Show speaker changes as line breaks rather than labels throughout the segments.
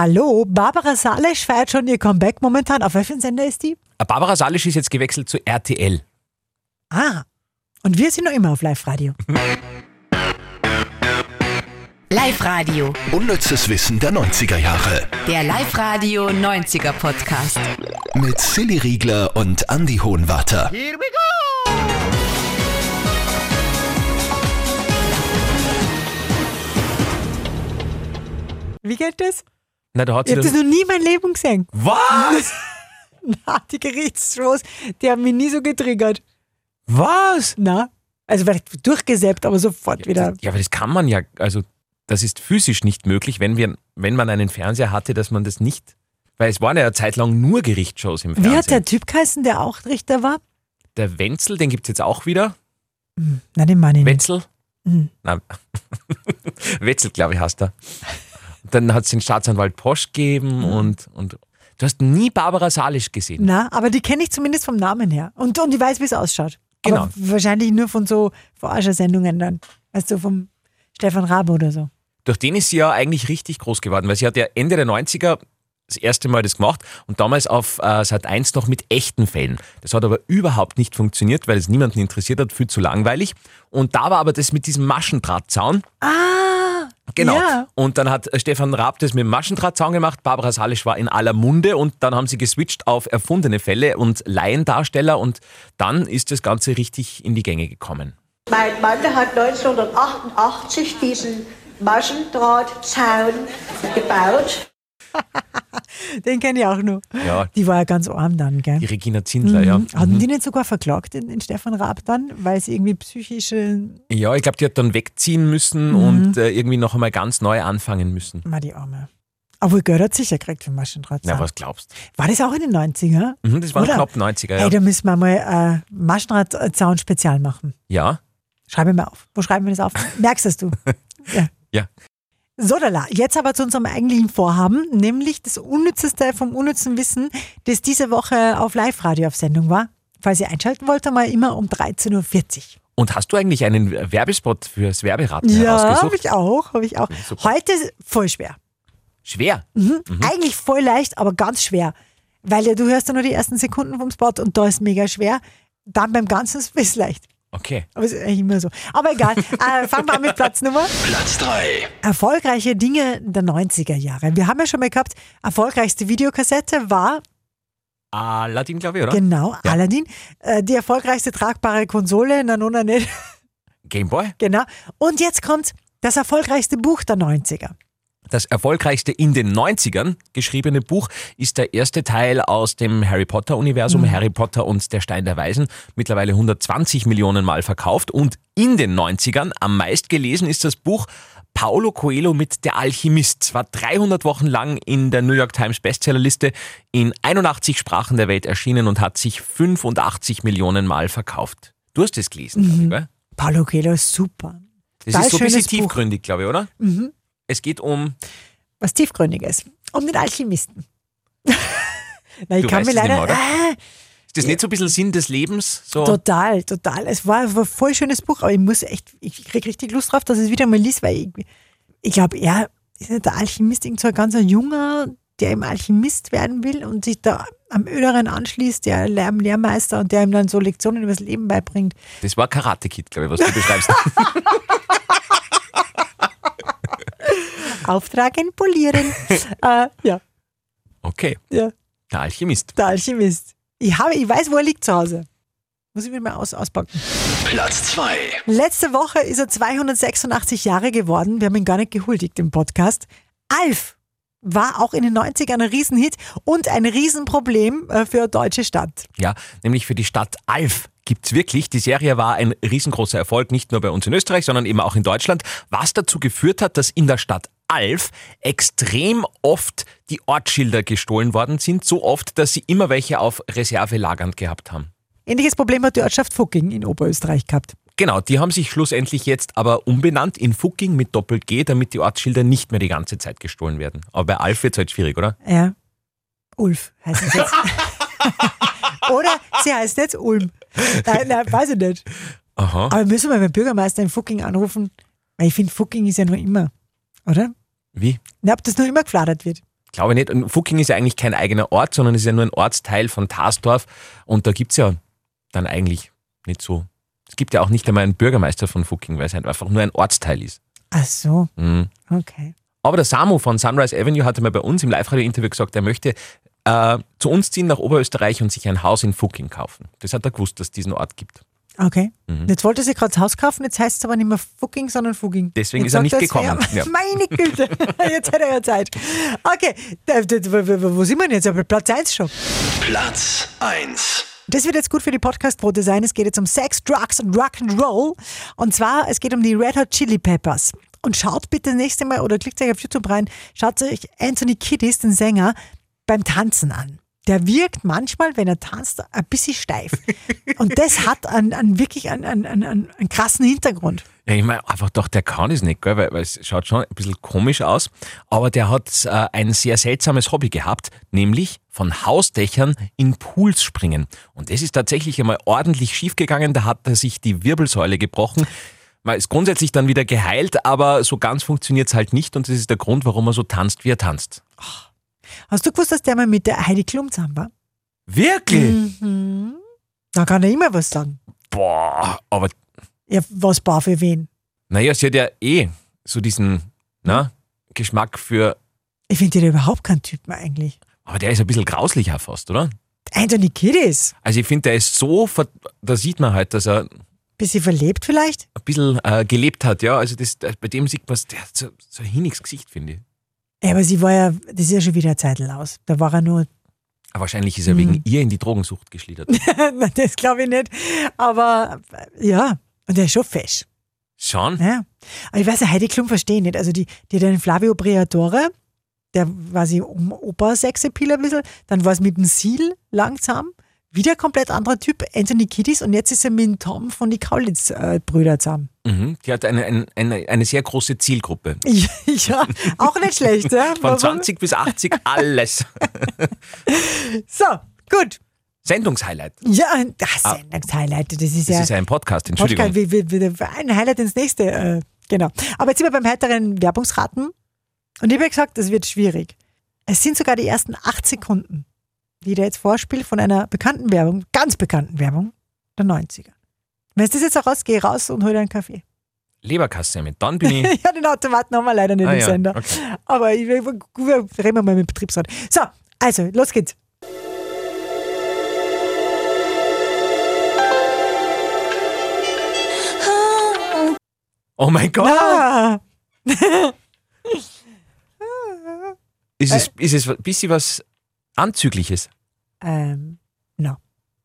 Hallo, Barbara Salisch feiert schon ihr Comeback momentan. Auf welchem Sender ist die?
Barbara Salisch ist jetzt gewechselt zu RTL.
Ah, und wir sind noch immer auf Live-Radio.
Live-Radio,
Unnützes Wissen der 90er Jahre.
der Live-Radio 90er Podcast.
Mit Silly Riegler und Andy Hohenwarter.
Wie geht das?
Na, da hat
Ich
sie
habe das
dann,
noch nie in meinem Leben gesehen.
Was?
Na, die Gerichtsshows, die haben mich nie so getriggert.
Was?
Na, also vielleicht durchgesäppt, aber sofort wieder.
Ja, aber das kann man ja, also das ist physisch nicht möglich, wenn, wir, wenn man einen Fernseher hatte, dass man das nicht. Weil es waren ja eine Zeit lang nur Gerichtsshows im
Wie hat
Fernsehen.
der Typ geheißen, der auch Richter war?
der Wenzel, den gibt es jetzt auch wieder.
Nein, den meine ich nicht.
Wetzel?
Mhm.
Nein. Wetzel, glaube ich, heißt er. Und dann hat es den Staatsanwalt Posch
Mhm.
gegeben und, und du hast nie Barbara Salisch gesehen.
Na, aber die kenne ich zumindest vom Namen her. Und, und ich weiß, wie es ausschaut.
Genau.
Aber wahrscheinlich nur von so Verarschersendungen dann. Weißt du, vom Stefan Rabe oder so.
Durch den ist sie ja eigentlich richtig groß geworden, weil sie hat ja Ende der 90er das erste Mal das gemacht und damals auf äh, Sat 1 noch mit echten Fällen. Das hat aber überhaupt nicht funktioniert, weil es niemanden interessiert hat, viel zu langweilig. Und da war aber das mit diesem Maschendrahtzaun.
Ah!
Genau.
Ja.
Und dann hat äh, Stefan Raab das mit dem Maschendrahtzaun gemacht, Barbara Salisch war in aller Munde und dann haben sie geswitcht auf erfundene Fälle und Laiendarsteller und dann ist das Ganze richtig in die Gänge gekommen.
Mein Mann hat 1988 diesen Maschendrahtzaun gebaut.
Den kenne ich auch nur.
Ja.
Die war ja ganz arm dann, gell?
Die Regina Zindler,
Mhm.
ja. Mhm.
Hatten die nicht sogar verklagt, den, den Stefan Raab dann, weil sie irgendwie psychische.
Ja, ich glaube, die hat dann wegziehen müssen
Mhm.
und äh, irgendwie noch einmal ganz neu anfangen müssen.
Mal die Arme. Obwohl Gerd hat sicher gekriegt für Maschendrahtzaun.
Na, was glaubst
War das auch in den 90er?
du? Mhm, das waren
Oder?
knapp 90er, ja.
Hey, da müssen wir mal äh, Maschendrahtzaun-Spezial machen.
ja.
Schreibe mir auf. Wo schreiben wir das auf? Merkst das du? ja.
Ja.
So, Dala, jetzt aber zu unserem eigentlichen Vorhaben, nämlich das Unnützeste vom unnützen Wissen, das diese Woche auf Live-Radio auf Sendung war. Falls ihr einschalten wollt, einmal immer um 13.40 Uhr.
Und hast du eigentlich einen Werbespot fürs Werberaten
habe
herausgesucht?
ich auch, habe ich auch.
Super.
Heute voll schwer.
Schwer.
Mhm. Eigentlich voll leicht, aber ganz schwer. Weil ja, du hörst ja nur die ersten Sekunden vom Spot und da ist mega schwer. Dann beim Ganzen ist es leicht.
Okay.
Aber es ist eigentlich immer so. Aber egal. äh, fangen wir an mit Platznummer.
Platz 3.
Erfolgreiche Dinge der 90er Jahre. Wir haben ja schon mal gehabt, erfolgreichste Videokassette war
Aladdin, glaube ich, oder?
genau
Ja.
Aladdin, äh, die erfolgreichste tragbare Konsole, Nanona nicht,
Gameboy.
genau. Und jetzt kommt das erfolgreichste Buch der 90er.
Das erfolgreichste in den 90ern geschriebene Buch ist der erste Teil aus dem Harry Potter-Universum,
Mhm.
Harry Potter und der Stein der Weisen, mittlerweile 120 Millionen Mal verkauft und in den 90ern am meist gelesen ist das Buch Paulo Coelho mit Der Alchemist. War 300 Wochen lang in der New York Times Bestsellerliste in 81 Sprachen der Welt erschienen und hat sich 85 Millionen Mal verkauft. Du hast es gelesen, glaub ich, gell?
Paulo Coelho ist super.
Das
Mhm. Total
ist so ein bisschen
schönes Buch. Mhm.
tiefgründig, glaube ich, oder? Es geht um
Was tiefgründiges. Um den Alchemisten. Na, ich
Du
kann
weißt
mir
es nicht
leider.
mehr, oder?
Ah,
Ist das nicht so ein bisschen Sinn des Lebens? So?
Total, total. Es war, war voll schönes Buch, aber ich muss echt, ich krieg richtig Lust drauf, dass ich es wieder mal liest, weil ich, ich glaube, er ist nicht der Alchemist, irgend so ein ganzer Junger, der im Alchemist werden will und sich da am Öderen anschließt, der Lehr- Lehrmeister und der ihm dann so Lektionen über das Leben beibringt.
Das war Karate Kid, glaube ich, was du beschreibst.
Auftragen, polieren. äh, ja,
Okay,
ja,
der Alchemist.
der Alchemist. Ich, habe, ich weiß, wo er liegt zu Hause. Muss ich mir mal aus, auspacken.
Platz 2.
Letzte Woche ist er 286 Jahre geworden. Wir haben ihn gar nicht gehuldigt im Podcast. Alf war auch in den 90ern ein Riesenhit und ein Riesenproblem äh, für eine deutsche Stadt.
Ja, nämlich für die Stadt Alf gibt's wirklich. Die Serie war ein riesengroßer Erfolg, nicht nur bei uns in Österreich, sondern eben auch in Deutschland, was dazu geführt hat, dass in der Stadt Alf extrem oft die Ortsschilder gestohlen worden sind, so oft, dass sie immer welche auf Reserve lagernd gehabt haben.
Ähnliches Problem hat die Ortschaft Fucking in Oberösterreich gehabt.
Genau, die haben sich schlussendlich jetzt aber umbenannt in Fucking mit Doppel-G, damit die Ortsschilder nicht mehr die ganze Zeit gestohlen werden. Aber bei Alf wird's halt schwierig, oder?
Ja. Ulf heißt es jetzt. Oder sie heißt jetzt Ulm. Nein, nein, weiß ich nicht.
Aha.
Aber müssen wir beim Bürgermeister in Fucking anrufen? Weil ich finde, Fucking ist ja nur immer, oder?
Wie?
Na, ob das nur immer gefladert wird.
Glaube nicht. Und Fucking ist ja eigentlich kein eigener Ort, sondern ist ja nur ein Ortsteil von Tarsdorf. Und da gibt's ja dann eigentlich nicht so. Es gibt ja auch nicht einmal einen Bürgermeister von Fucking, weil es halt einfach nur ein Ortsteil ist.
Ach so,
Mhm.
okay.
Aber der Samu von Sunrise Avenue hatte mal bei uns im Live-Radio-Interview gesagt, er möchte äh, zu uns ziehen nach Oberösterreich und sich ein Haus in Fucking kaufen. Das hat er gewusst, dass es diesen Ort gibt.
Okay.
Mhm.
Jetzt wollte sie gerade das Haus kaufen, jetzt heißt es aber nicht mehr Fucking, sondern Fugging.
Deswegen
jetzt
ist er
sagt
nicht
es wär-
gekommen. Ja.
Meine Güte, jetzt hat er ja Zeit. Okay, Da- da- wo- wo wo sind wir denn jetzt? Aber Platz 1 schon.
Platz 1.
Das wird jetzt gut für die Podcast-Brote sein. Es geht jetzt um Sex, Drugs und Rock'n'Roll. Und zwar, es geht um die Red Hot Chili Peppers. Und schaut bitte das nächste Mal oder klickt euch auf YouTube rein, schaut euch Anthony Kiddis, den Sänger, beim Tanzen an. Der wirkt manchmal, wenn er tanzt, ein bisschen steif. Und das hat einen, einen wirklich einen, einen, einen, einen krassen Hintergrund.
Ja, ich meine, einfach doch, der kann es nicht, gell? Weil, weil es schaut schon ein bisschen komisch aus. Aber der hat äh, ein sehr seltsames Hobby gehabt, nämlich von Hausdächern in Pools springen. Und das ist tatsächlich einmal ordentlich schiefgegangen. Da hat er sich die Wirbelsäule gebrochen. Man ist grundsätzlich dann wieder geheilt, aber so ganz funktioniert's halt nicht. Und das ist der Grund, warum er so tanzt, wie er tanzt.
Hast du gewusst, dass der mal mit der Heidi Klum zusammen war?
Wirklich?
Da kann er immer was sagen.
Boah, aber
Ja, was bar für wen?
naja, sie hat ja eh so diesen na, Geschmack für.
Ich finde den überhaupt keinen Typ mehr eigentlich.
Aber der ist ein bisschen grauslicher fast, oder?
Anthony Kiddis.
Also ich finde, der ist so, ver da sieht man halt, dass er ein
Bisschen verlebt vielleicht?
bisschen äh, gelebt hat, ja. Also das, das- bei dem sieht man, der hat so, so ein hiniges Gesicht, finde ich.
Ja, aber sie war ja, das ist ja schon wieder Zeitl aus. Da war er nur,
Aber wahrscheinlich ist er
Mhm.
wegen ihr in die Drogensucht geschlittert.
Na, das glaube ich nicht. Aber äh, ja, und er ist schon fesch.
Schon?
Ja. Aber ich weiß ja, Heidi Klum verstehe ich nicht. Also die, die hat einen Flavio Briatore, der war sie um opa peel ein bisschen. Dann war es mit dem Seal langsam. Wieder komplett anderer Typ, Anthony Kiddis. Und jetzt ist er mit dem Tom von die Kaulitz-Brüder zusammen.
Mhm. Die hat eine, eine, eine, eine sehr große Zielgruppe.
ja, auch nicht schlecht. Ja?
Von
Warum?
20 bis 80 alles.
So, gut.
Sendungshighlight.
Ja, das Sendungshighlight, das ist
Ah. Das
ja...
ist ja ein Podcast, Entschuldigung.
Podcast, wie, wie, wie, ein Highlight ins nächste. Äh, genau. Aber jetzt sind wir beim heiteren Werbungsraten. Und ich habe ja gesagt, es wird schwierig. Es sind sogar die ersten acht Sekunden, die ich dir jetzt vorspiele von einer bekannten Werbung, ganz bekannten Werbung der 90er. Wenn du das jetzt auch raus, geh raus und hol dir einen Kaffee.
Leberkasse mit. Dann bin ich.
ja, den Automaten haben wir leider nicht
Ah
im
ja,
Sender.
okay.
Aber ich, wir, wir reden wir mal mit dem Betriebsrat. So, also, los geht's.
Oh mein Gott.
Ah,
Ist, es,
äh
ist es ein bisschen was Anzügliches?
ähm,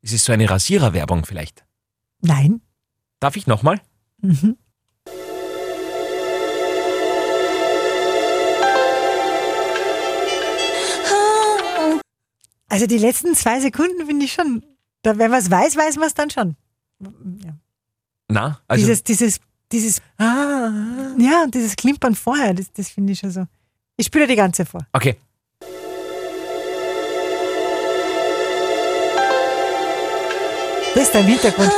Ist es so eine Rasiererwerbung vielleicht?
nein.
Darf ich nochmal?
Mhm. Also die letzten zwei Sekunden finde ich schon, da, wenn man es weiß, weiß man es dann schon. Ja.
Na? Also, Ah.
dieses, dieses, dieses, ja, und dieses Klimpern vorher, das, das finde ich schon so. Ich spiele die ganze vor.
okay.
Das ist dein Hintergrund.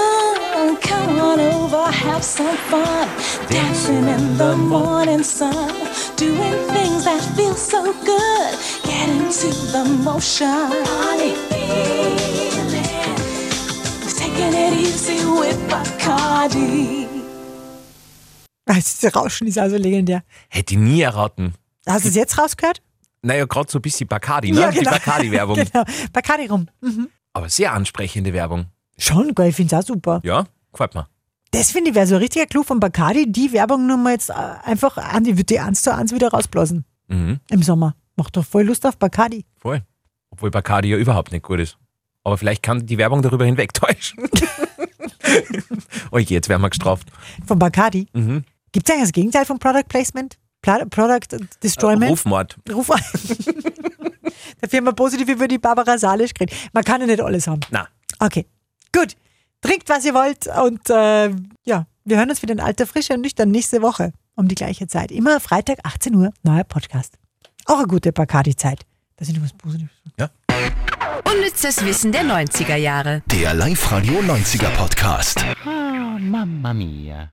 Come on over, have some fun. Dancing in the morning sun. Doing things that feel so good. Get into the motion. Party feeling. Taking it easy with Bacardi.
Ah, Dieses Rauschen ist also legendär.
Hätte ich nie erraten.
Hast du es jetzt rausgehört?
Naja, gerade so ein bisschen Bacardi, ne? Die Bacardi-Werbung.
genau. Bacardi rum. Mhm.
Aber sehr ansprechende Werbung.
Schon geil, ich finde es auch super.
Ja, gefällt mir.
Das finde ich wäre so ein richtiger Clou von Bacardi, die Werbung nur mal jetzt äh, einfach an, die wird die eins zu eins wieder rausblasen
Mhm,
im Sommer. Macht doch voll Lust auf Bacardi.
voll. Obwohl Bacardi ja überhaupt nicht gut ist. Aber vielleicht kann die Werbung darüber hinwegtäuschen. oh je, jetzt werden wir gestraft.
Von Bacardi.
Mhm.
Gibt es eigentlich das Gegenteil von Product Placement? Pla Product Destroyment?
Rufmord.
Ruf an. Dafür haben wir positiv über die Barbara Salisch geredet. Man kann ja nicht alles haben.
Na,
Okay, gut. Trinkt, was ihr wollt und äh, ja, wir hören uns wieder in alter Frische und nüchtern nächste Woche um die gleiche Zeit. Immer Freitag, 18 Uhr, neuer Podcast. Auch eine gute Bacardi-Zeit. Das ist nur was Positives.
Unnützes Wissen der 90er Jahre.
Der Live-Radio 90er Podcast.
Ah, mamma mia.